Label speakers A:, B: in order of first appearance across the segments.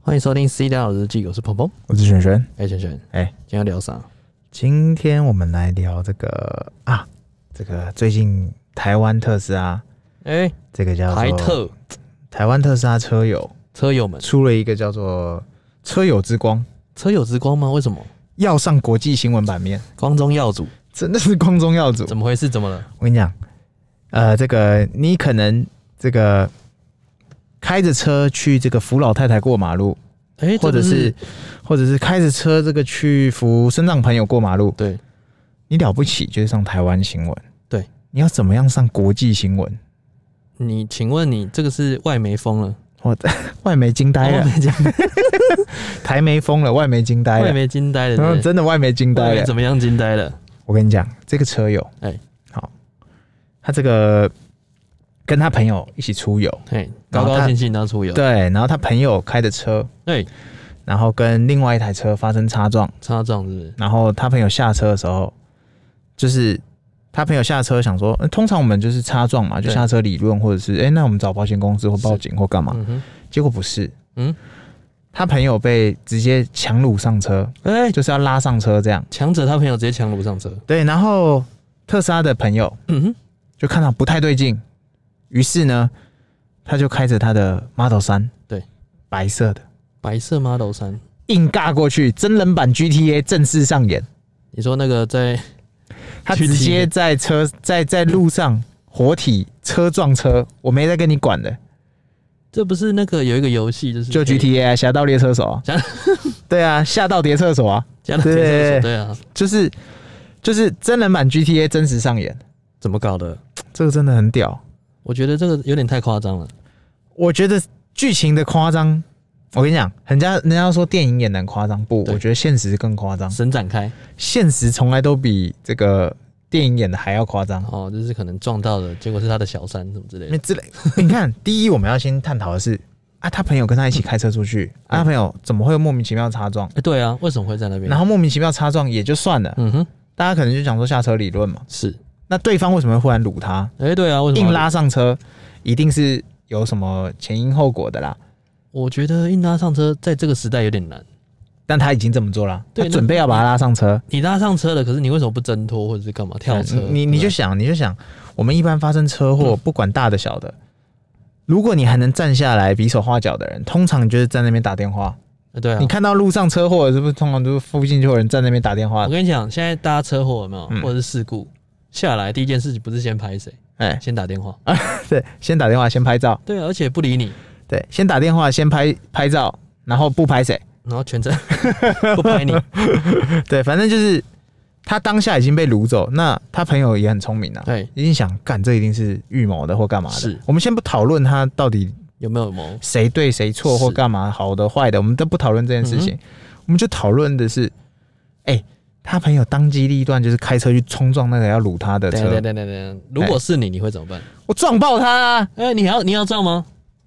A: 欢迎收听《C 大佬日记》，我是鹏鹏。
B: 我是璇璇。
A: 哎、璇璇，
B: 哎
A: 今天要聊啥？
B: 今天我们来聊这个啊，这个最近台湾特斯拉
A: 哎、
B: 这个叫做
A: 台特
B: 台湾特斯拉车友
A: 车友们，
B: 出了一个叫做“车友之光
A: 车友之光吗？为什么？”，
B: 要上国际新闻版面，
A: 光宗耀祖，
B: 真的是光宗耀祖。
A: 怎么回事？怎么了？
B: 我跟你讲，呃，这个你可能这个开着车去这个扶老太太过马路，
A: 哎、
B: 或者
A: 这不
B: 是或者是开着车这个去扶身障朋友过马路，
A: 对
B: 你了不起就是上台湾新闻，
A: 对，
B: 你要怎么样上国际新闻？
A: 你，请问你这个是外媒疯了？
B: 外媒惊呆
A: 外
B: 了，
A: 媒惊，
B: 台媒疯了，外媒惊呆
A: 外
B: 了，
A: 媒惊呆了
B: 然后
A: 是不是，
B: 真的外媒惊
A: 外
B: 呆
A: 媒
B: 了。
A: 怎么样惊呆了？
B: 我跟你讲，这个车友，
A: 哎
B: 好，他这个跟他朋友一起出游，
A: 嘿，
B: 哎然
A: 高
B: 后他
A: 高兴兴当出游，
B: 对，然后他朋友开的车，
A: 对，
B: 然后跟另外一台车发生擦撞，
A: 擦撞是不是？
B: 然后他朋友下车的时候，就是他朋友下车想说，呃通常我们就是擦撞嘛，就
A: 对
B: 下车理论，或者是哎、那我们找保险公司或报警或干嘛，
A: 嗯哼，
B: 结果不是，
A: 嗯，
B: 他朋友被直接强掳上车，
A: 哎、
B: 就是要拉上车这样。
A: 强者他朋友直接强掳上车，
B: 对，然后特斯拉的朋友
A: 嗯哼，
B: 就看到不太对劲，于是呢，他就开着他的 Model 三，
A: 对，
B: 白色的，
A: 白色 Model 三，
B: 硬尬过去，真人版 GTA 正式上演。
A: 你说那个在
B: 他直接在车在在路上活体车撞车，我没在跟你管的，
A: 这不是那个有一个游戏，就是
B: 就
A: 可以
B: GTA 啊侠盗猎车手啊
A: 侠，
B: 对啊，侠盗碟车手啊，
A: 加拿大
B: 对
A: 对对啊，
B: 就是就是真人版 GTA 真实上演，
A: 怎么搞的？
B: 这个真的很屌。
A: 我觉得这个有点太夸张了。
B: 我觉得剧情的夸张，我跟你讲，人家人家说电影演得很夸张，不，
A: 对
B: 我觉得现实更夸张，
A: 神展开
B: 现实从来都比这个电影演的还要夸张。
A: 哦，就是可能撞到了，结果是他的小三什么之类
B: 那
A: 的。
B: 之类， 你看，第一我们要先探讨的是啊，他朋友跟他一起开车出去，啊，他朋友怎么会莫名其妙擦撞？
A: 哎，嗯对啊，为什么会在那边？
B: 然后莫名其妙擦撞也就算了，
A: 嗯哼，
B: 大家可能就想说下车理论嘛。
A: 是，
B: 那对方为什么会忽然掳他，
A: 哎，对啊，为什么
B: 硬？拉上车，一定是有什么前因后果的啦。
A: 我觉得硬拉上车在这个时代有点难。
B: 但他已经这么做了，
A: 对
B: 他
A: 那
B: 准备要把他拉上车。嗯
A: 你拉上车了，可是你为什么不挣脱或者是干嘛跳车？
B: 你你就
A: 对嗯
B: 想，你就想，我们一般发生车祸，不管大的小的，如果你还能站下来比手画脚的人，通常就是在那边打电话。
A: 哎对啊
B: 你，看到路上车祸，是不是通常都是附近就有人在那边打电话
A: 我？跟你讲，现在大家车祸有没有，
B: 嗯
A: 或者是事故下来，第一件事情不是先拍谁，
B: 哎、
A: 先打电话。
B: 对，先打电话，先拍照，
A: 对啊，而且不理你，
B: 对，先打电话，先拍拍照，然后不拍谁？
A: 然后全程 不拍 你。
B: 对，反正就是他当下已经被掳走，那他朋友也很聪明啊，
A: 对，
B: 一定想干，这一定是预谋的或干嘛的。
A: 是
B: 我们先不讨论他到底
A: 有没有谋？
B: 谁对谁错
A: 是
B: 或干嘛，好的坏的，我们都不讨论这件事情，
A: 嗯
B: 我们就讨论的是，哎、他朋友当机立断，就是开车去冲撞那个要掳他的
A: 等一下
B: 车，哎
A: 等一下等一下等一下，如果是你，你会怎么办？
B: 我撞爆他、啊，
A: 哎，你还要你要撞吗？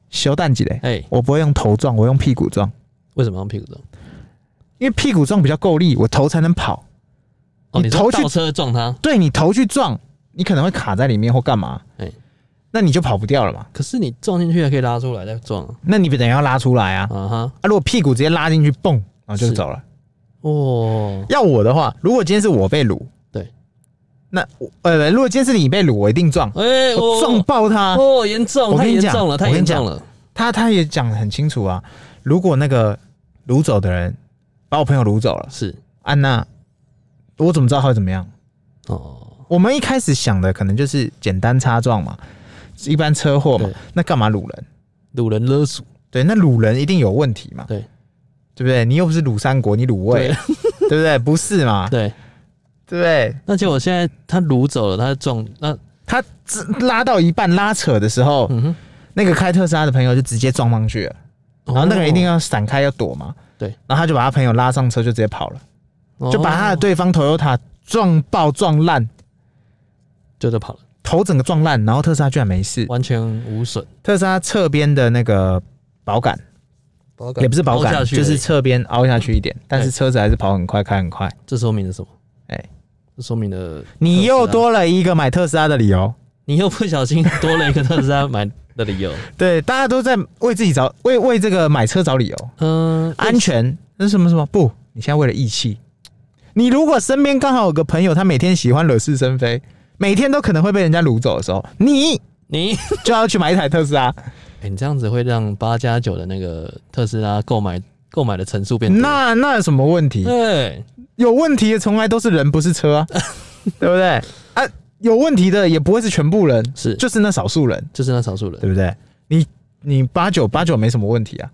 B: 修蛋几嘞？
A: 哎，
B: 我不会用头撞，我用屁股撞，
A: 为什么要屁股撞？
B: 因为屁股撞比较够力，我头才能跑。
A: 哦，
B: 你
A: 你说
B: 头去
A: 倒车撞他，
B: 对你头去撞，你可能会卡在里面或干嘛，
A: 哎
B: 那你就跑不掉了嘛。
A: 可是你撞进去还可以拉出来再撞啊，
B: 那你等于要拉出来啊，
A: 啊哈，
B: 啊，如果屁股直接拉进去，蹦，然后就是走了。
A: 哦，
B: 要我的话，如果今天是我被掳，
A: 对，
B: 那我呃，如果今天是你被掳，我一定撞，
A: 哎、
B: 我撞爆他。
A: 哦，严重，
B: 我
A: 太
B: 跟你
A: 严
B: 讲
A: 重了，太
B: 我跟
A: 严
B: 你讲
A: 重了，
B: 他他也讲得很清楚啊，如果那个掳走的人把我朋友掳走了，
A: 是
B: 安、娜，我怎么知道他会怎么样？
A: 哦，
B: 我们一开始想的可能就是简单擦撞嘛，一般车祸嘛
A: 对，
B: 那干嘛掳人？
A: 掳人勒索，
B: 对，那掳人一定有问题嘛？
A: 对，
B: 对不对？你又不是鲁三国，你鲁卫，
A: 对
B: 对不对？不是嘛？
A: 对，
B: 对不对？
A: 那结果现在他掳走了，他撞那
B: 他只拉到一半拉扯的时候，
A: 嗯哼，
B: 那个开特斯拉的朋友就直接撞上去了，然后那个人一定要闪开要躲嘛。
A: 哦对
B: 然后他就把他朋友拉上车，就直接跑了，
A: 哦
B: 就把他的对方 Toyota 撞爆撞烂，
A: 就就跑了，
B: 头整个撞烂，然后特斯拉居然没事。
A: 完全无损，
B: 特斯拉侧边的那个保杆
A: 保
B: 也不是保
A: 下
B: 杆，
A: 去
B: 就是
A: 而已
B: 侧边凹下去一点，但是车子还是跑很快，开很快。
A: 这说明了什么？
B: 哎
A: 这说明了
B: 你
A: 特
B: 又
A: 斯拉
B: 多了一个买特斯拉的理由。
A: 你又不小心多了一个特斯拉买的
C: 的理由。
B: 对，大家都在为自己找为为这个买车找理由，
A: 嗯、
B: 安全那是什么什么不？你现在为了义气，你如果身边刚好有个朋友，他每天喜欢惹是生非，每天都可能会被人家掳走的时候，你
A: 你，
B: 就要去买一台特斯 拉。
A: 哎你这样子会让八加九的那个特斯拉购买购买的层数变多。
B: 那那有什么问题？
A: 对，
B: 有问题的从来都是人，不是车啊，对不对？啊，有问题的也不会是全部人，
A: 是就
B: 就是那少数人，
A: 就是那少数人，
B: 对不对？你你八九八九没什么问题啊，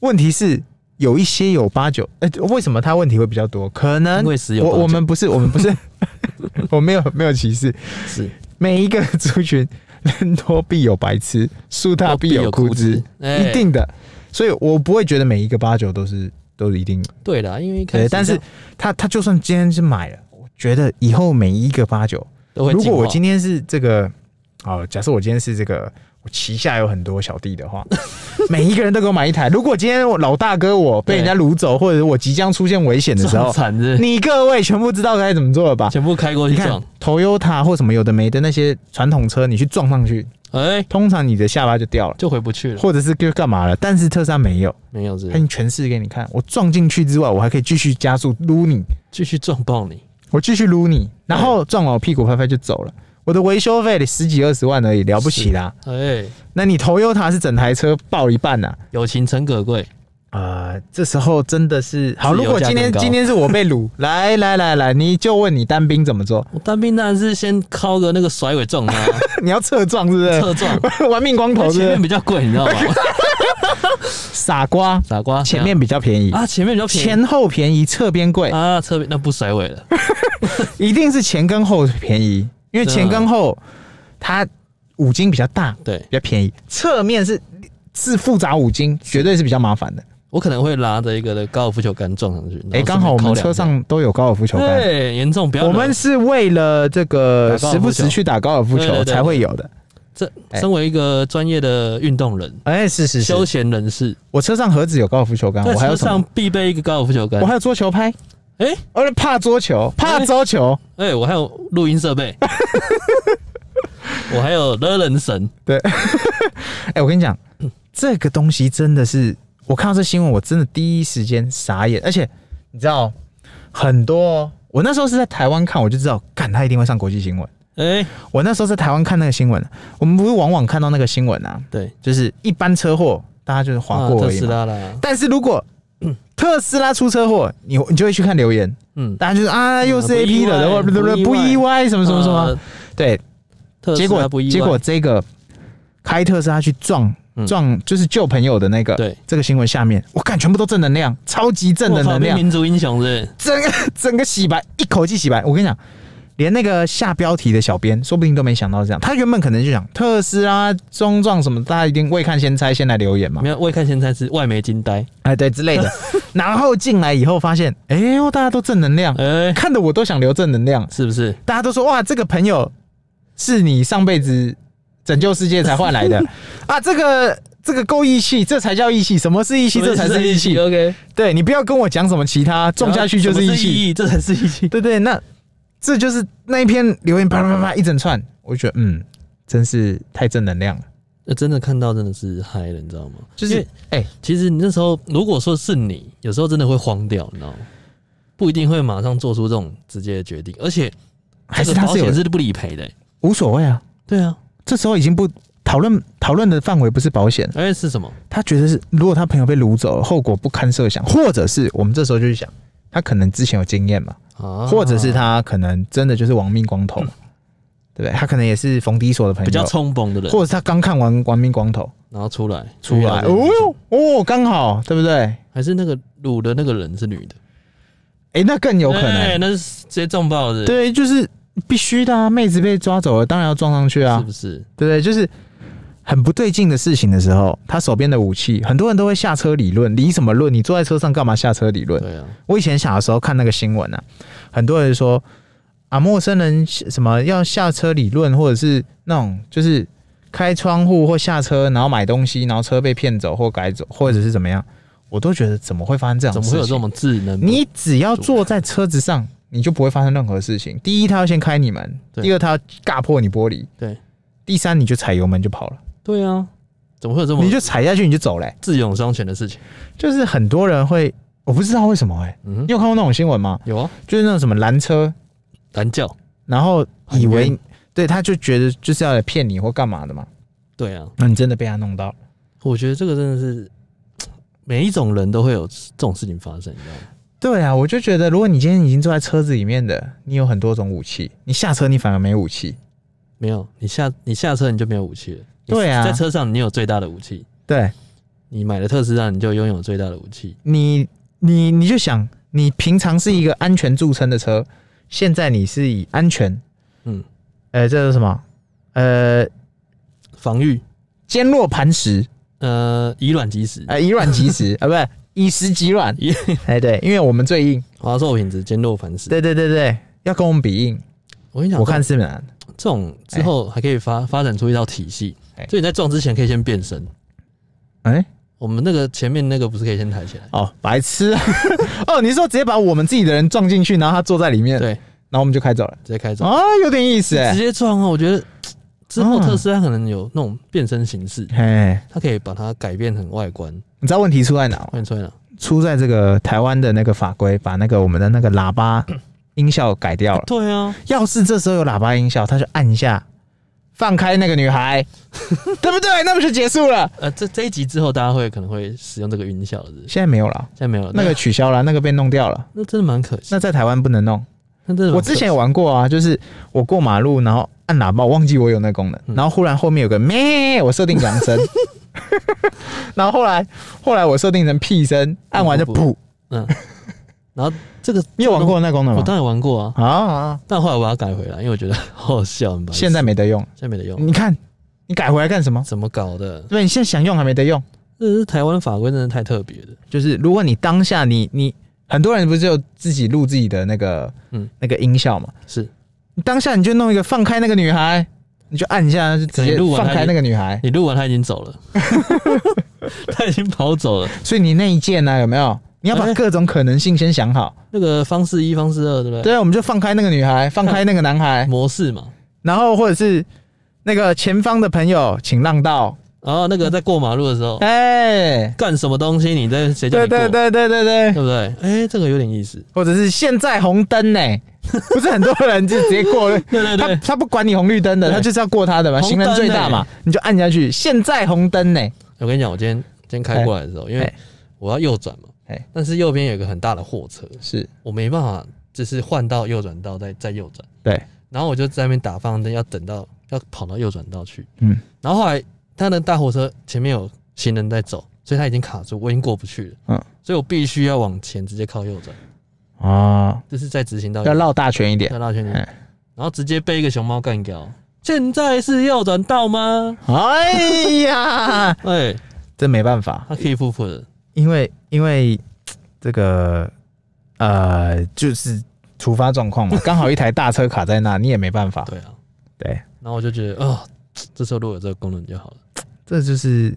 B: 问题是有一些有八九，哎、为什么他问题会比较多？可能
A: 因为十有
B: 我
A: 八
B: 我
A: 九
B: 们不是我们不是， 我没有没有歧视，
A: 是
B: 每一个族群人多必有白痴，树大
A: 都
B: 必有枯枝，，
A: 哎
B: 一定的。所以我不会觉得每一个八九都是都是一定
A: 对啦，因为一开
B: 对，
A: 始
B: 但
A: 这
B: 是
A: 样
B: 他他就算今天是买了，我觉得以后每一个八九，
A: 都会
B: 如
A: 进
B: 果我
A: 化
B: 今天是这个，哦，假设我今天是这个，我旗下有很多小弟的话， 每一个人都给我买一台。如果今天我老大哥我被人家掳走，或者我即将出现危险的时
A: 撞
B: 候，
A: 惨是
B: 你各位全部知道该怎么做了吧？
A: 全部开过
B: 你
A: 去
B: 看
A: 撞，
B: Toyota 或什么有的没的那些传统车，你去撞上去，
A: 哎，
B: 通常你的下巴就掉了，
A: 就回不去了，
B: 或者是就干嘛了。但是特斯拉没有，
A: 没有是
B: 它已经诠释哎给你看。我撞进去之外，我还可以继续加速撸你，
A: 继续撞爆你，
B: 我继续撸你，然后撞完我屁股拍拍就走了。我的维修费得十几二十万而已，了不起啦。
A: 哎，
B: 那你 Toyota 是整台车爆一半呐、啊
A: 友情诚可贵，啊
B: 呃，这时候真的是好。
A: 自由
B: 如果
A: 价
B: 今天
A: 更高
B: 今天是我被 掳，来来来来，你就问你单兵怎么做？
A: 我单兵当然是先敲个那个甩尾撞他，
B: 你要侧撞是不是？
A: 侧撞，
B: 玩命光
A: 因
B: 头
A: 为
B: 是
A: 前
B: 不
A: 面
B: 是
A: 比较贵，你知道 吗？
B: 傻瓜，
A: 傻瓜，
B: 前面比较便宜，
A: 啊，前面比较便宜
B: 前后便宜，侧边贵，
A: 啊，侧边那不甩尾了，
B: 一定是前跟后便宜，因为前
A: 啊
B: 跟后它五金比较大，
A: 对
B: 比较便宜，侧面是是复杂五金，绝对是比较麻烦的。
A: 我可能会拿着一个的高尔夫球杆撞上去，然后
B: 哎、刚好我们车
A: 顺
B: 上都有高尔夫球
A: 便敲两下
B: 杆，
A: 对哎严重不要惹
B: 我们是为了这个
A: 打高尔夫球
B: 时不时去打高尔
A: 对
B: 夫
A: 对
B: 球
A: 对对
B: 才会有的。
A: 这
B: 哎
A: 身为一个专业的运动人。
B: 哎、是是是
A: 休，闲人士
B: 我车上何止有高尔夫球杆，
A: 在
B: 我还
A: 车
B: 有什
A: 上
B: 么？
A: 必备一个高尔夫球杆
B: 我。还有桌球拍，
A: 哎
B: 而且怕桌球，怕桌球，
A: 哎、我还有录音设 备，我还有勒人绳，
B: 哎、我跟你讲，这个东西真的是，我看到这新闻，我真的第一时间傻眼。而且你知道，很多哦我那时候是在台湾看，我就知道，干他一定会上国际新闻。
A: 哎、
B: 我那时候在台湾看那个新闻，我们不是往往看到那个新闻啊，
A: 对，
B: 就是一般车祸，大家就是划过
A: 啊特
B: 而已
A: 斯
B: 嘛。
A: 拉啦，
B: 但是如果特斯拉出车祸，你你就会去看留言，
A: 嗯，
B: 大家就是啊，又是 A P 的，然后
A: 不
B: 不
A: 意外
B: 不不意外，什么什么什么，
A: 呃
B: 对，
A: 特
B: 结
A: 斯
B: 果
A: 拉不意外，
B: 结果这个开特斯拉去撞
A: 嗯
B: 撞，就是救朋友的那个，
A: 对，
B: 这个新闻下面，我看全部都正能量，超级正的
A: 我靠
B: 能量，
A: 民族英雄是
B: 整个 整个洗白，一口气洗白。我跟你讲，连那个下标题的小编，说不定都没想到这样。他原本可能就想特斯拉中撞什么，大家一定未看先猜，先来留言
A: 不
B: 嘛
A: 是，没，有未看先猜是外媒惊呆，
B: 哎，对之类的。 然后进来以后发现，哎呦，大家都正能量，
A: 哎、
B: 看的我都想留正能量，
A: 是不是？
B: 大家都说哇，这个朋友是你上辈子拯救世界才换来 的啊，这个这个够义气，这才叫义气。什么是义气？这才是义气。
A: ，OK，
B: 对你不要跟我讲什么其他，种下去就是义
A: 义
B: 气。
A: 气，这才是义气，
B: 对对，那这就是那一篇留言啪啪啪啪一整串，我就觉得嗯，真是太正能量了。
A: 呃真的看到真的是嗨了，你知道吗？
B: 就是
A: 因为
B: 哎、
A: 其实你那时候如果说是你，有时候真的会慌掉，你知道吗？不一定会马上做出这种直接的决定，而且
B: 还是
A: 这个
B: 他
A: 保
B: 是有
A: 险是不理赔的、欸
B: 无所谓啊。
A: 对啊，
B: 这时候已经不讨论讨论的范围不是保险，
A: 而且哎是什么？
B: 他觉得是如果他朋友被掳走，后果不堪设想，或者是我们这时候就去想，他可能之前有经验嘛，
A: 啊，嗯
B: 或者是他可能真的就是亡命光头，对不对？他可能也是逢低所的朋友，
A: 比较冲动的人
B: 或，者是他刚看完《亡命光头
A: 然后出来》
B: 出来，
A: 遇到这个事情
B: 哦哦，刚好，对不对？
A: 还是那个掳的那个人是女的，
B: 哎，那更有可
A: 哎
B: 能，
A: 那是直接撞爆的，
B: 对，就是必须的啊！妹子被抓走了，当然要撞上去啊
A: 是，不是？
B: 对不对？就是很不对劲的事情的时候，他手边的武器，很多人都会下车理论，理什么论？你坐在车上干嘛下车理论？
A: 对啊，
B: 我以前小的时候看那个新闻啊，很多人说啊，陌生人什么要下车理论，或者是那种就是开窗户或下车，然后买东西，然后车被骗走或改走，或者是怎么样，我都觉得怎么会发生这样的
A: 怎
B: 事
A: 么会
B: 情？
A: 有这种智能？
B: 你只要坐在车子上，你就不会发生任何事情。第一，他要先开你门；
A: 对
B: 第二，他要尬破你玻璃；
A: 对
B: 第三，你就踩油门就跑了。
A: 对啊，怎么会有这么
B: 你就踩下去你就走嘞、
A: 智勇双全的事情？
B: 就是很多人会，我不知道为什么哎、
A: 嗯
B: 你，有看过那种新闻吗？
A: 有啊，
B: 就是那种什么拦车，
A: 蓝教，
B: 然后
A: 很
B: 以为
A: 冤
B: 对他就觉得就是要来骗你或干嘛的嘛，
A: 对啊，
B: 那你真的被他弄到了。
A: 我觉得这个真的是每一种人都会有这种事情发生，你知道吗？
B: 对啊，我就觉得，如果你今天已经坐在车子里面的，你有很多种武器，你下车你反而没武器。
A: 没有，你下你下车你就没有武器了。你
B: 对啊
A: 在车上你有最大的武器，
B: 对
A: 你买了特斯拉你就拥有最大的武器。
B: 你，你你就想，你平常是一个安全著称的车，现在你是以安全，
A: 嗯，
B: 呃，这是什么？呃，
A: 防御，
B: 坚若磐石，
A: 呃，以卵击石，
B: 呃，以卵击石啊，不是以石击卵
A: 以。
B: 哎，对，因为我们最硬。
A: 华硕品质坚若磐石。
B: 对对对对，要跟我们比硬，
A: 我跟你讲，
B: 我看是难。
A: 这种这种之后还可以发发展出一套体系
B: 哎，
A: 所以你在撞之前可以先变身。
B: 哎、
A: 我们那个前面那个不是可以先抬起来？
B: 哦，白痴、啊！哦，你说直接把我们自己的人撞进去，然后他坐在里面，
A: 对，
B: 然后我们就开走了。
A: 直接开撞，
B: 嗯啊，有点意思哎、
A: 直接撞啊！我觉得之后
B: 啊
A: 特斯拉可能有那种变身形式，
B: 嘿，
A: 它可以把它改变成外观。
B: 你知道问题出在哪吗？
A: 欢迎出来了，
B: 出在这个台湾的那个法规，把那个我们的那个喇 叭音效改掉了。
A: 对啊，
B: 哎要是这时候有喇叭音效，他就按一下，放开那个女 孩，对不对？那不就结束了？
A: 呃，这这一集之后，大家会可能会使用这个音效的，是不是
B: 现在没有了，
A: 现在没有了
B: 哦那个取消了，那个被弄掉了。
A: 那真的蛮可惜。
B: 那在台湾不能弄。
A: 那真的蛮
B: 我
A: 可惜
B: 之前有玩过啊，就是我过马路，然后按喇叭，我忘记我有那功能，
A: 嗯
B: 然后忽然后面有个咩，我设定扬 声，然后后来后来我设定成屁声，按完就
A: 不
B: 噗。
A: 嗯，然后这个
B: 你有玩过那功能
A: 我
B: 吗？
A: 当然玩过啊，
B: 啊啊！
A: 但后来我把它改回来，因为我觉得好好笑，很白痴
B: 现在没得用，
A: 现在没得用，
B: 你看你改回来干什么？
A: 怎么搞的？
B: 对，你现在想用还没得用，
A: 这是台湾法规，真的太特别了。
B: 就是如果你当下你你很多人不是有自己录自己的那个
A: 嗯
B: 那个音效嘛，
A: 是
B: 你当下你就弄一个放开那个女孩，你就按一下就直
A: 你
B: 接
A: 录完
B: 放
A: 它
B: 开
A: 就
B: 那个女孩，
A: 你录完他已经 走了，他已经跑走了。
B: 所以你那一键呢、有没有？你要把
A: 哎
B: 各种可能性先想好。
A: 那个方式一、方式二，对不对？
B: 对啊，我们就放开那个女孩，放开那个 男孩，
A: 模式嘛。
B: 然后或者是那个前方的朋友，请让道。
A: 然后那个在过马路的时候
B: 哎、
A: 干什么东西，你在哦谁叫
B: 对
A: 你过？
B: 对对对对
A: 对，
B: 对
A: 不对？哎，这个有点意思。
B: 或者是现在红 灯呢、不是很多人就直接过了。
A: 对对
B: 他
A: 对，
B: 他不管你红绿灯的，
A: 对
B: 他就是要过他的嘛，
A: 红
B: 行
A: 灯
B: 人最大嘛，你就按下去。现在红灯呢、
A: 我跟你讲，我今天今天开过来的时候，因为
B: 哎
A: 我要右转嘛
B: 哎，
A: 但是右边有一个很大的货车，
B: 是
A: 我没办法，就是换到右转道再再右转。
B: 对，
A: 然后我就在那边打方向灯，要等到要跑到右转道去。
B: 嗯，
A: 然后后来他的大货车前面有行人在走，所以他已经卡住，我已经过不去了。
B: 嗯，
A: 所以我必须要往前直接靠右转，
B: 啊，
A: 就是在直行道
B: 要
A: 绕
B: 绕大圈一点
A: 要绕圈圈
B: 哎，
A: 然后直接被一个熊猫干掉。现在是右转道吗？
B: 哎 呀，
A: 哎，
B: 这没办法，
A: 他可以复复的，
B: 因为因为这个呃，就是突发状况嘛，刚好一台大车卡在那，你也没办法。
A: 对啊。
B: 对，
A: 然后我就觉得啊、这时候如果有这个功能就好了，
B: 这就是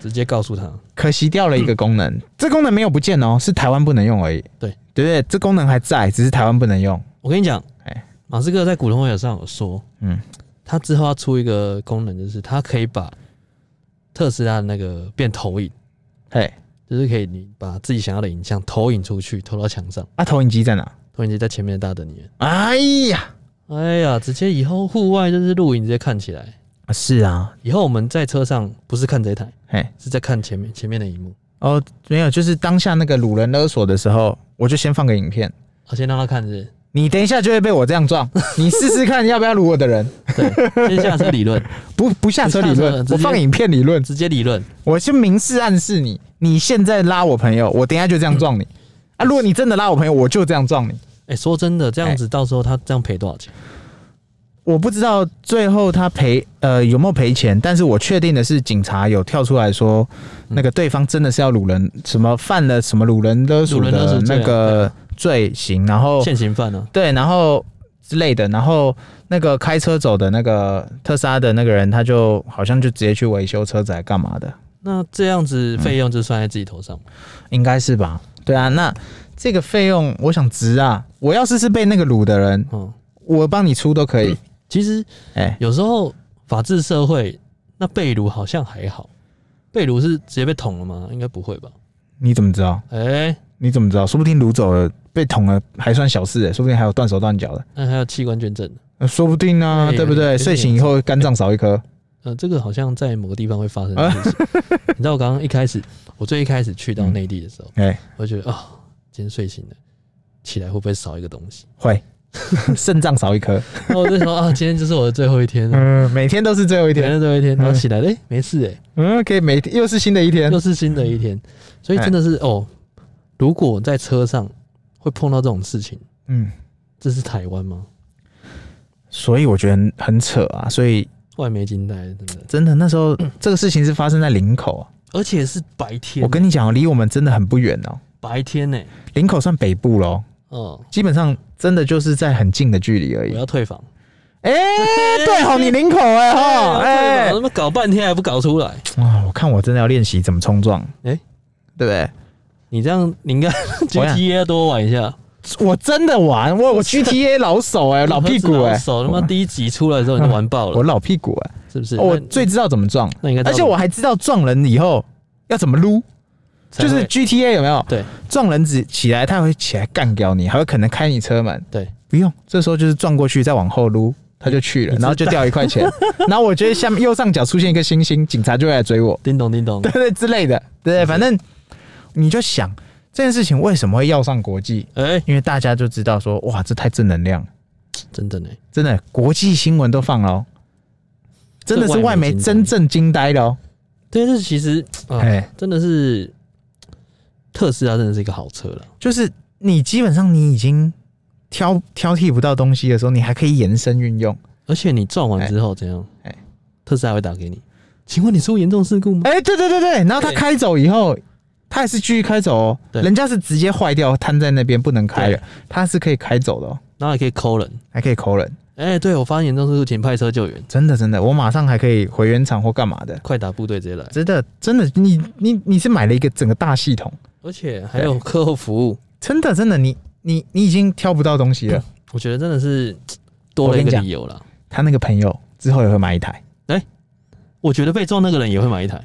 A: 直接告诉他。
B: 可惜掉了一个功能，这功能没有不见哦，是台湾不能用而已。
A: 嗯对
B: 对不对？这功能还在，只是台湾不能用。
A: 我跟你讲，
B: 哎
A: 马斯克在股东会上有说，
B: 嗯，
A: 他之后要出一个功能，就是他可以把特斯拉的那个变投影，
B: 嘿，
A: 就是可以你把自己想要的影像投影出去，投到墙上，
B: 啊，投影机在哪？
A: 投影机在前面的大灯里面。
B: 哎呀，
A: 哎呀，直接以后户外就是录影，直接看起来。
B: 啊是啊，
A: 以后我们在车上不是看这一台，
B: 嘿，
A: 是在看前面前面的荧幕，
B: 哦，没有，就是当下那个掳人勒索的时候，我就先放个影片。
A: 我先让他看是
B: 你等一下就会被我这样 撞，你试试看要不要掳我的人？
A: 不是，对，先下车理论，
B: 不不下车理
A: 不下车
B: 论，
A: 直接
B: 我放影片理论。
A: 直接理论，
B: 我是明示暗示你，你现在拉我朋友，我等一下就这样撞你。啊，如果你真的拉我朋友，我就这样撞你。
A: 哎、说真的，这样子到时候他这样赔多少钱？
B: 我不知道最后他赔呃有没有赔钱，但是我确定的是警察有跳出来说，
A: 嗯
B: 那个对方真的是要掳人，什么犯了什么掳人勒索
A: 掳人勒
B: 的
A: 索罪
B: 那
A: 啊对
B: 个罪行，然后
A: 现行犯呢、啊
B: 对，然后之类的，然后那个开车走的那个特斯拉的那个人，他就好像就直接去维修车子还干嘛的，
A: 那这样子费用就算在自己头上吗？
B: 应该是吧？对啊，那这个费用我想值啊，我要是是被那个掳的人，
A: 嗯，
B: 我帮你出都可以。
A: 其实
B: 哎、
A: 有时候法治社会，那被掳好像还好，被掳是直接被捅了吗？应该不会吧？
B: 你怎么知道？
A: 哎、
B: 你怎么知道？说不定掳走了，被捅了还算小事、欸，说不定还有断手断脚的，
A: 那还有器官捐赠，
B: 呃说不定呢、啊，
A: 对
B: 对不
A: 有
B: 对？
A: 点
B: 睡醒以后肝脏少一颗，
A: 呃，这个好像在某个地方会发生的事 情。你知道我刚刚一开始，我最一开始去到内地的时候，
B: 哎、
A: 我就觉得啊、今天睡醒了，起来会不会少一个东西？
B: 会 肾脏少一颗，
A: 然后我就说啊，今天就是我的最后一天了，
B: 嗯，每天都是最后一
A: 每
B: 天，
A: 天最后一天，然后起来，哎、没事哎、
B: 嗯，可以每天又是新的一天嗯哎
A: 又，是新的一天，所以真的是哦，如果在车上会碰到这种事情，
B: 嗯，
A: 这是台湾吗？
B: 所以我觉得很很扯啊，所以
A: 外媒惊呆了，真的，
B: 真的那时候这个事情是发生在林口啊，
A: 而且是白天，
B: 我跟你讲哦，离我们真的很不远哦，
A: 白天呢、
B: 林口算北部喽，
A: 哦，
B: 基本上真的就是在很近的距离而
A: 我
B: 已。
A: 要退房，
B: 哎、对好，你林口哎、哈，哎、
A: 哎，我他妈搞半天还不搞出来，
B: 哇，我看我真的要练习怎么冲撞，
A: 哎
B: 对不对？
A: 你这样你应 该 GTA 要多玩一下，
B: 我真的玩，我我 GTA 老手 哎、老屁股哎、嗯
A: 手他妈第一集出来的时候你就玩爆
B: 我
A: 了，
B: 老屁股哎、
A: 是不是？
B: 哦我
A: 那
B: 最知道怎么撞，
A: 那应该知道
B: 而且我还知道撞人以后要怎么撸，
A: 才
B: 就
A: 会
B: 是 GTA 有没有？
A: 对
B: 撞人只起来，他会起来干掉你，还有可能开你车门，
A: 对，
B: 不用，这时候就是撞过去再往后撸。他就去了，然后就掉一块 钱，然后我觉得下面右上角出现一个星星，警察就会来追我。
A: 叮咚叮咚
B: 对，对之类的，对对，反正你就想这件事情为什么会要上国际，
A: 哎、
B: 因为大家就知道说，哇，这太正能量了，
A: 真的呢，
B: 真的，国际新闻都放了哦，真的是外媒真正惊呆了哦，
A: 对，这其实啊、
B: 哎，
A: 真的是特斯拉真的是一个好车了。
B: 就是你基本上你已经挑挑剔不到东西的时候，你还可以延伸运用，
A: 而且你撞完之后怎样？
B: 哎
A: 特斯拉会打给你，请问你出严重事故吗？
B: 哎，对对对对，然后他
A: 对
B: 开走以后。他还是继续开走哦，
A: 对
B: 人家是直接坏掉，瘫在那边不能开
A: 对
B: 了，他是可以开走的哦，
A: 然后还可以扣人。
B: 还可以扣人，
A: 哎、对我发现严重事故，请派车救援，
B: 真的真的，我马上还可以回原厂或干嘛的，
A: 快打部队直接来。
B: 真的，真的，你你你是买了一个整个大系统，
A: 而且还
B: 哎
A: 有客户服务，
B: 真的真的，你你你已经挑不到东西了。
A: 我觉得真的是多了一个理由啦。
B: 他那个朋友之后也会买一台，
A: 我觉得被撞那个人也会买一台，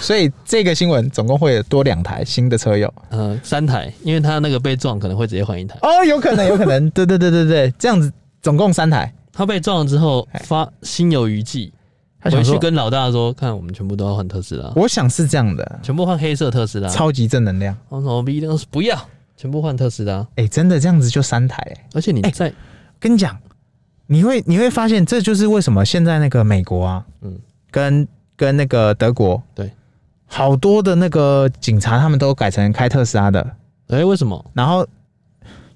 B: 所以这个新闻总共会有多两台新的车友
A: 呃，三台，因为他那个被撞可能会直接换一台。
B: 哦，有可能，有可能， 对对对对对，这样子总共三台。
A: 他被撞了之后
B: 哎
A: 发心有余悸，
B: 他
A: 回
B: 想
A: 去
B: 说，
A: 跟老大说，看我们全部都要换特斯拉，
B: 我想是这样的，
A: 全部换黑色特斯拉。
B: 超级正能量。
A: 我说我们一定是不要，全部换特斯拉。
B: 哎、真的这样子就三台、欸，
A: 而且你
B: 哎
A: 在、
B: 跟你讲，你会你会发现，这就是为什么现在那个美国啊，
A: 嗯
B: 嗯，跟跟那个德国，
A: 对，
B: 好多的那个警察他们都改成开特斯拉的，
A: 哎、为什么？
B: 然后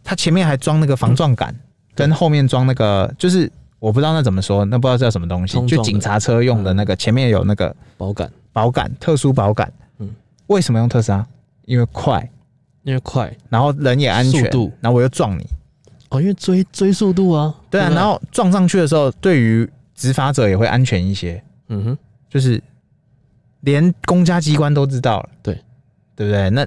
B: 他前面还装那个防撞杆，跟后面装那个就是我不知道那怎么说，那不知道叫什么东西
A: 冲，撞
B: 就
A: 的
B: 警察车用的那个，前面有那个
A: 保感，
B: 保杆，特殊保杆。
A: 嗯
B: 嗯，为什么用特斯拉？因为快，
A: 因为快
B: 然后人也安全
A: 速度，
B: 然后我又撞你，
A: 哦，因为追追速度啊。
B: 对啊，
A: 不
B: 然后撞上去的时候，对于执法者也会安全一些，
A: 嗯哼，
B: 就是连公家机关都知道了，
A: 对，
B: 对不对？那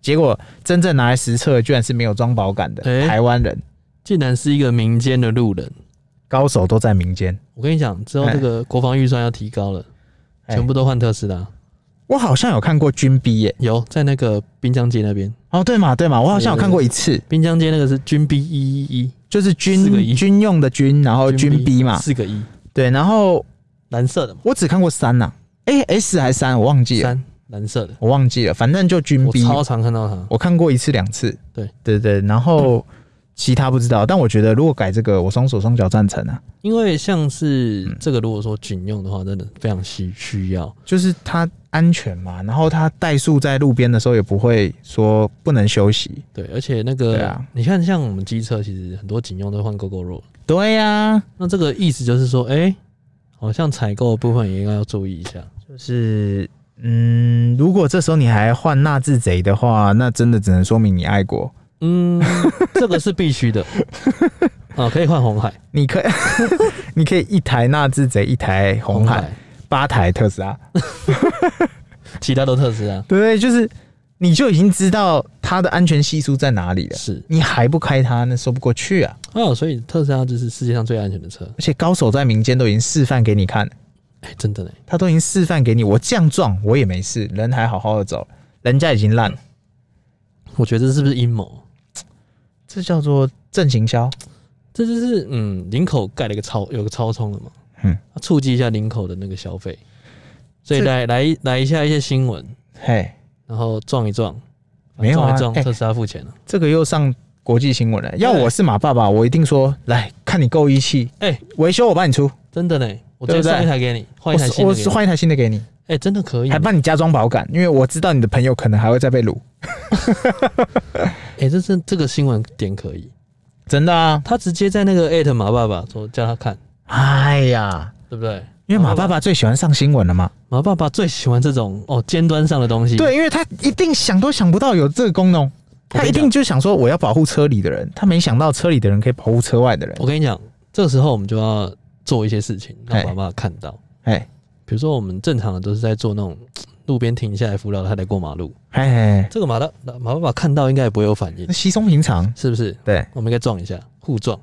B: 结果真正拿来实测，居然是没有装保杆的、
A: 哎
B: 台湾人，
A: 竟然是一个民间的路人。
B: 高手都在民间。
A: 我跟你讲，之后
B: 哎
A: 这个国防预算要提高了，
B: 哎
A: 全部都换特斯拉。
B: 我好像有看过军逼耶、
A: 有在那个滨江街那边，
B: 哦，对嘛对嘛，我好像有看过一次，
A: 滨江街那个是军 B 一一一，
B: 就是
A: 四个
B: 军
A: 一
B: 军用的军，然
A: 哦
B: 后军逼嘛，
A: 四个一，
B: 对，然后
A: 蓝色的嘛，
B: 我只看过三呐、诶 s 还是三，我忘记了，
A: 三蓝色的，
B: 我忘记了，反正就军
A: 我
B: 逼，
A: 超常看到它。
B: 我看过一次两次，
A: 对
B: 对对，然后其他不知道，但我觉得如果改这个，我双手双脚赞成啊，
A: 因为像是这个，如果说军用的话，真的非常需需要。
B: 就是它安全嘛，然后它怠速在路边的时候也不会说不能休息，
A: 对，而且那个，
B: 对啊
A: 你看，像我们机车，其实很多警用都换 GoGo Roll，
B: 对呀、
A: 那这个意思就是说，哎、好像采购的部分也应该要注意一下。
B: 就是。嗯，如果这时候你还换纳智贼的话，那真的只能说明你爱国。
A: 嗯， 这个是必须的。啊，可以换红海，
B: 你可以， 你可以一台纳智贼，一台红海，八台特斯拉。
A: 其他都特斯拉。
B: 对，就是你就已经知道它的安全系数在哪里了，
A: 是
B: 你还不开它，那说不过去啊。
A: 哦，所以特斯拉就是世界上最安全的车。
B: 而且高手在民间都已经示范给你看了，
A: 哎、真的呢，
B: 他都已经示范给你，我这样撞我也没事，人还好好的走，人家已经烂了，
A: 我觉得这是不是阴谋？
B: 这叫做正行销。
A: 这就是嗯，林口盖了一个超有个超充了嘛，啊
B: 嗯，
A: 促进一下林口的那个消费，所以
B: 这
A: 来来来一下一些新闻，
B: 嘿，
A: 然后撞一撞，
B: 没有啊
A: 撞一撞，
B: 哎
A: 特斯拉付钱了。
B: 这个又上国际新闻了。要我是马爸爸，我一定说来看你够义气，
A: 哎
B: 维修我帮你出，
A: 真的呢，我直
B: 对
A: 接
B: 不对
A: 送一台给你，换
B: 我
A: 一台
B: 是
A: 新的
B: 我
A: 给
B: 是
A: 你。
B: 换一台新的给你，嗯
A: 哎、真的可以，
B: 还
A: 哎、
B: 帮你加装保感，因为我知道你的朋友可能还会再被掳。
A: 哎这是这个新闻点可以，
B: 真的啊，
A: 他直接在那个艾特马爸爸说叫他看，
B: 哎呀，
A: 对不对？
B: 因为马爸爸最喜欢上新闻了嘛。
A: 马爸爸最喜欢这种哦尖端上的东西，
B: 对，因为他一定想都想不到有这个功能，
A: 我跟你讲
B: 他一定就想说我要保护车里的人，他没想到车里的人可以保护车外的人。
A: 我跟你讲，这个时候我们就要做一些事情，让
B: 哎
A: 爸爸看到。
B: 哎
A: 比如说，我们正常的都是在做那种嘖路边停下来扶老太太过马路，
B: 哎，
A: 这个马大马爸爸看到应该也不会有反应
B: 那，稀松平常。
A: 是不是？
B: 对，
A: 我们应该撞一下，互撞。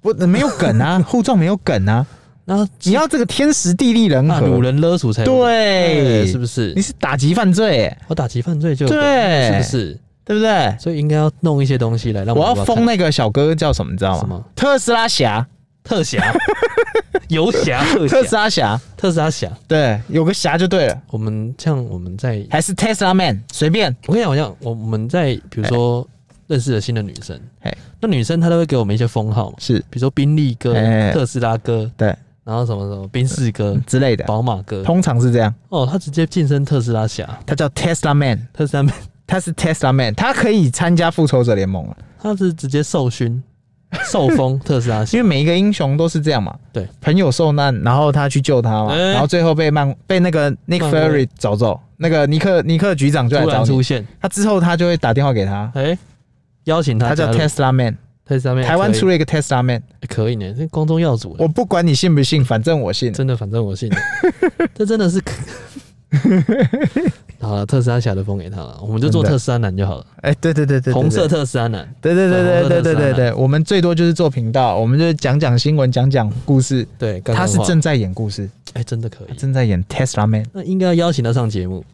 B: 不没有梗 啊，互撞没有梗 啊，
A: 然后
B: 你要这个天时地利人
A: 那
B: 和
A: 掳，人勒索才有哎
B: 对，
A: 是不是
B: 你？是打击犯罪、欸，
A: 我打击犯罪就有
B: 对
A: 是不是？
B: 对不对？
A: 所以应该要弄一些东西来让
B: 我要
A: 爸爸看
B: 封那个小哥叫什么，你知道
A: 什
B: 吗？
A: 么
B: 特斯拉侠，
A: 特侠、 游侠、特
B: 特斯
A: 侠、
B: 拉侠，
A: 特斯拉侠。
B: 对，有个侠就对了，
A: 我们像我们在，
B: 还是 Tesla Man，随便。
A: 我跟你讲，我讲我我们在，比如说认识了新的女生
B: 哎，
A: 那女生她都会给我们一些封号嘛，
B: 是
A: 比如说宾利哥、
B: 哎
A: 特斯拉哥，
B: 对
A: 然后什么什么宾士哥、
B: 之类的，
A: 宝马哥，
B: 嗯通常是这样。
A: 哦，他直接晋升特斯拉侠，
B: 他叫 Tesla Man，
A: 特斯拉妹，
B: 他是 Tesla Man，他可以参加复仇者联盟了，啊
A: 他是直接授勋、受 封特斯拉侠
B: 因为，每一个英雄都是这样嘛。
A: 对，
B: 朋友受难，然后他去救他嘛，
A: 哎
B: 然后最后被漫被那个 Nick
A: 漫威
B: Fury 找走，那个尼克尼克局长就来
A: 突然
B: 找
A: 出
B: 你，
A: 现，
B: 他之后他就会打电话给他，
A: 哎，邀请他
B: 他
A: 加
B: 叫
A: 入，
B: Tesla Man，
A: 特斯拉妹，
B: 台湾
A: 可以
B: 出了一哦个 Tesla Man，
A: 哎可以呢，这光宗耀祖，
B: 我不管你信不信，反正我信。
A: 真的，反正我信， 这真的是可。 好了，特斯拉侠的封给他了，我们就做
B: 真的
A: 特斯拉男就好了，
B: 哎，对对对对，对
A: 红色，特斯拉男，
B: 对对对
A: 粉红
B: 对
A: 色特
B: 对对
A: 斯拉
B: 对对，我们最多就是做频道，我们就是讲讲新闻，讲讲故事。
A: 对，刚
B: 他
A: 刚
B: 是
A: 画
B: 正在演故事，
A: 哎，真的可
B: 他
A: 以，
B: 正在演 Tesla Man。
A: 那应该要邀请他上节目，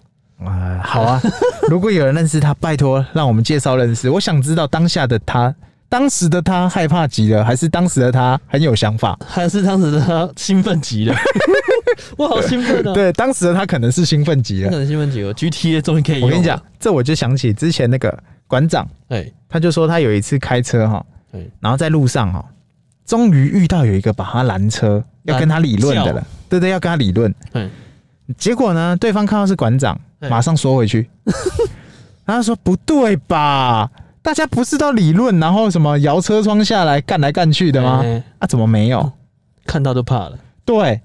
B: 啊，好啊，如果有人认识他，拜托让我们介绍认识。我想知道当下的他，当时的他害怕极了，还是当时的他很有想法？
A: 还是当时他兴奋极 了，我好兴奋啊！
B: 对，当时的他可能是兴奋极
A: 那可
B: 了。
A: 能兴奋极了，GTA 终于可以用
B: 我
A: 了
B: 跟你讲，，这我就想起之前那个馆长，
A: 哎，
B: 他就说他有一次开车哈
A: 对，
B: 然后在路上哈，终于遇到有一个把他拦车要跟他理论的
A: 拦
B: 了，对对，要跟他理论。
A: 对，
B: 结果呢，对方看到是馆长，
A: 对
B: 马上缩回去。 然后他说：“不对吧？大家不是到理论，然后什么摇车窗下来干来干去的吗？
A: 哎
B: 啊，怎么没有？
A: 看到就怕了。
B: 对，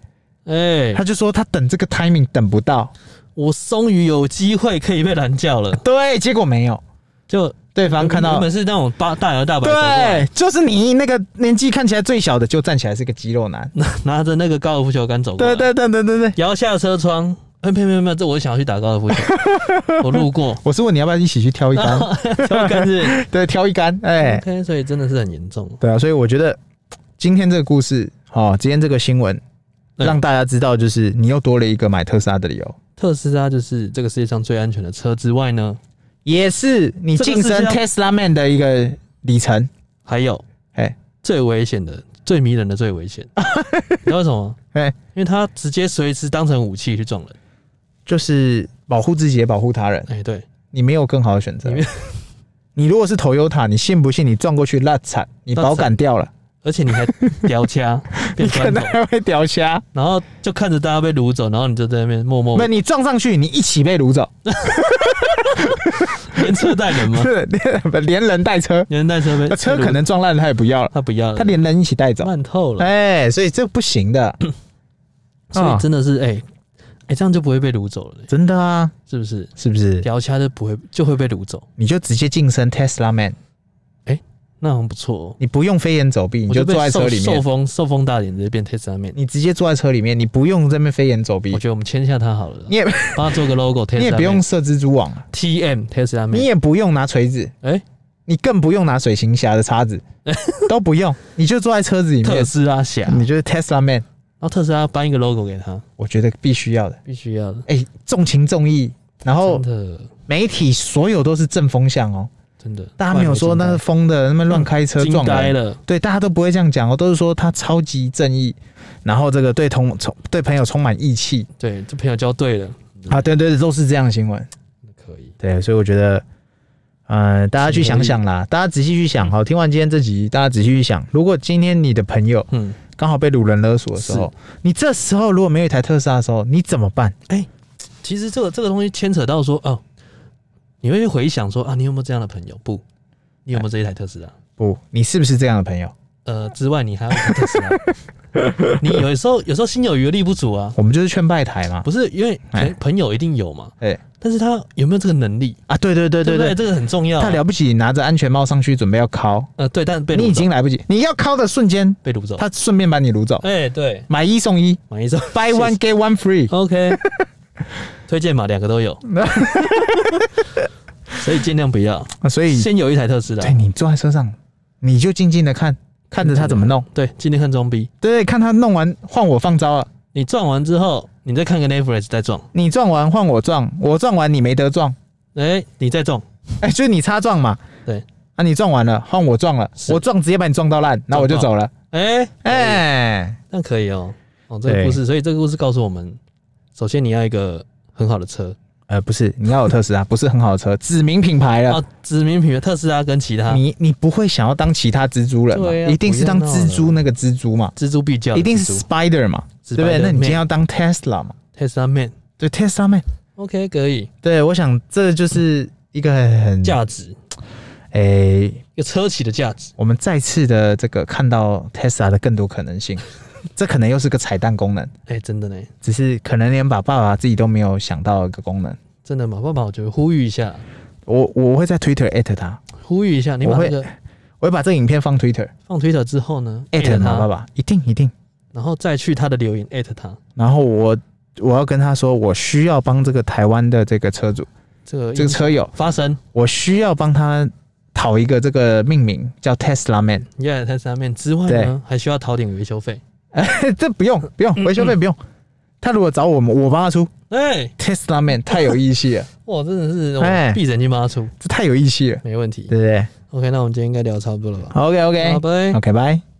A: 哎、
B: 他就说他等这个 timing 等不到，
A: 我终于有机会可以被拦轿了。
B: 对，结果没有。
A: 就
B: 对方看
A: 原
B: 到
A: 本，是那种八大摇大摆走过来，
B: 对，就是你那个年纪看起来最小的，就站起来是个肌肉男。
A: 拿拿着那个高尔夫球杆走过来，
B: 对对对对对对，，
A: 摇下车窗。哎、没有没有没有，这我想要去打高尔夫球， 我路过
B: 我是问你要不要一起去挑一
A: 然
B: 杆？
A: 后挑杆子。
B: 对，挑一杆，哎、
A: OK，所以真的是很严重。
B: 对啊，所以我觉得今天这个故事，哦，今天这个新闻，
A: 对
B: 让大家知道，就是你又多了一个买特斯拉的理由，
A: 特斯拉就是这个世界上最安全的车之外呢，
B: 也是你晋
A: 这
B: 升
A: 个是
B: Tesla Man 的一个里程。
A: 还有
B: 哎
A: 最危险的、最迷人的、最危 险，你知道为什么吗？
B: 哎，
A: 因为它直接随时当成武器去撞人。
B: 就是保护自己也保护他人，
A: 哎、对，
B: 你没有更好的选择
A: 你没。
B: 你如果是 Toyota，你信不信你撞过去烂惨，你保杆掉了，
A: 而且你还叼 掐变
B: 你可
A: 砖头
B: 能，还会掉虾。
A: 然后就看着大家被掳走，然后你就在那边默默
B: 那你撞上去，你一起被掳走，
A: 连车带人吗？
B: 是 连连人带车，
A: 连人带车被
B: 那 车
A: 被掳
B: 可能撞烂了他也不要了，
A: 他不要了，
B: 他连人一起带 走。
A: 慢透了，
B: 哎，所以这不 行的，
A: 所以
B: 啊
A: 真的是哎哎、这样就不会被掳走了、
B: 真的啊，
A: 是不是？
B: 是不是？
A: 叼掐就不会就会被掳走，
B: 你就直接晋升 Tesla Man，
A: 那很不错、哦。
B: 你不用飞檐走壁，你
A: 我
B: 就
A: 被
B: 坐在车
A: 受
B: 里
A: 受
B: 面，
A: 风受风大脸直接变 Tesla 面，
B: 你直接坐在车里面，你不用这边飞檐走壁
A: 我，觉得我们签下他好了啦，
B: 你也
A: 帮他做个 logo，Tesla
B: 你也不用设蜘蛛网了，
A: TM Tesla
B: 你
A: 面，
B: 也不用拿锤子，
A: 哎、
B: 你更不用拿 水行侠的叉子，都不用，你就坐在车子里
A: 特
B: 面，
A: 斯拉侠，
B: 你就是 Tesla Man，
A: 然后特斯拉颁一个 logo 给他，
B: 我觉得必须要的。
A: 必须要的。
B: 哎、重情重义，然后
A: 真的
B: 媒体所有都是正风向哦，
A: 真的，
B: 大家没有说那是疯的，那么乱开车
A: 惊
B: 撞
A: 呆
B: 人，
A: 了，
B: 对，大家都不会这样讲哦，都是说他超级正义，然后这个对同充对朋友充满义气
A: 对，这朋友交对了，
B: 啊，对对对，都是这样的新闻。
A: 可以，
B: 对，所以我觉得，呃，大家去想想啦，大家仔细去想哈。听完今天这集，大家仔细去想，如果今天你的朋友
A: 嗯，
B: 刚好被掳人勒索的时候，你这时候如果没有一台特斯拉的时候，你怎么办？
A: 其实这个这个东西牵扯到说，哦，你会去回想说啊，你有没有这样的朋友？不，你有没有这一台特斯拉？
B: 不，你是不是这样的朋友？
A: 呃，之外你还有一台特斯拉， 你有时候有时候心有余而力不足啊，
B: 我们就是劝败台嘛。
A: 不是因为
B: 哎
A: 朋朋友一定有嘛，
B: 哎
A: 但是他有没有这个能力？
B: 啊，对对对
A: 对
B: 对
A: 不
B: 对，
A: 这个很重要
B: 他
A: 啊。
B: 了不起，拿着安全帽上去准备要敲，
A: 呃，对，但被掳
B: 你已
A: 走
B: 经来不及，你要敲的瞬间，
A: 被掳走。
B: 他顺便把你掳走，
A: 哎，对，
B: 买一送一
A: 马医生
B: ，buy one get one free。
A: OK，推荐嘛，两个都有，所以尽量不要，
B: 啊所以，
A: 先有一台特斯拉
B: 对，你坐在车上，你就静静的看，哎看着他怎么弄。
A: 对，今天看装逼，
B: 对，看他弄完换我放招了，啊
A: 你撞完之后，你再看个 Netflix 再撞，
B: 你撞完换我撞，我撞完你没得撞，
A: 哎、你再撞，
B: 哎、就是你擦撞嘛。
A: 对，
B: 啊，你撞完了换我撞了，
A: 是
B: 我撞直接把你撞到烂，那我就走了。
A: 哎、哎、
B: 哎、
A: 那可以哦，哦，这个
B: 对
A: 故事，所以这个故事告诉我们，首先你要一个很好的车
B: 呃，不是，你要有特斯拉，不是很好的车， 哦啊指名品牌了。
A: 啊，指名品牌特斯拉跟其他
B: 你你不会想要当其他蜘蛛人嘛？
A: 对啊
B: 一定是当蜘蛛那个蜘蛛嘛？
A: 蜘蛛必叫的
B: 一定
A: 蜘蛛，
B: 是 Spider 嘛？对不对？
A: Spider-Man
B: 那你今天要当 Tesla 嘛？
A: Tesla Man，OK，、
B: 对，Tesla man。
A: OK，可以，
B: 对，我想这就是一个很
A: 价值，
B: 哎、
A: 一个车企的价值，
B: 我们再次的这个看到 Tesla 的更多可能性，这可能又是个彩蛋功能，
A: 哎、真的呢，
B: 只是可能连爸爸爸自己都没有想到的一个功能。
A: 真的嘛，爸爸，我觉得呼吁一下。
B: 我我会在 Twitter at 他，
A: 呼吁一下，你把
B: 我会
A: 那个
B: 我会把这个影片放 Twitter
A: 放 Twitter 之后呢
B: at 他爸
A: 他，
B: 爸，一定一定。
A: 然后再去他的留言艾特他。
B: 然后我我要跟他说，我需要帮这个台湾的这个车主，
A: 这个
B: 这个车友，
A: 发生
B: 我需要帮他讨一个这个命名叫 Tesla Man。
A: 耶，在上面之外呢，还需要讨点维修费。
B: 这不用不用维修费不用，他如果找我们，我帮他出
A: 哎，
B: Tesla Man，太有义气 了，
A: 哇，真的是哦我
B: 哎
A: 闭着眼睛帮他出，
B: 这太有义气了，
A: 没问题
B: 对。不对？
A: OK，那我们今天应该聊得差不多了吧？
B: OK
A: 好，
B: OK
A: 拜。
B: OK，拜。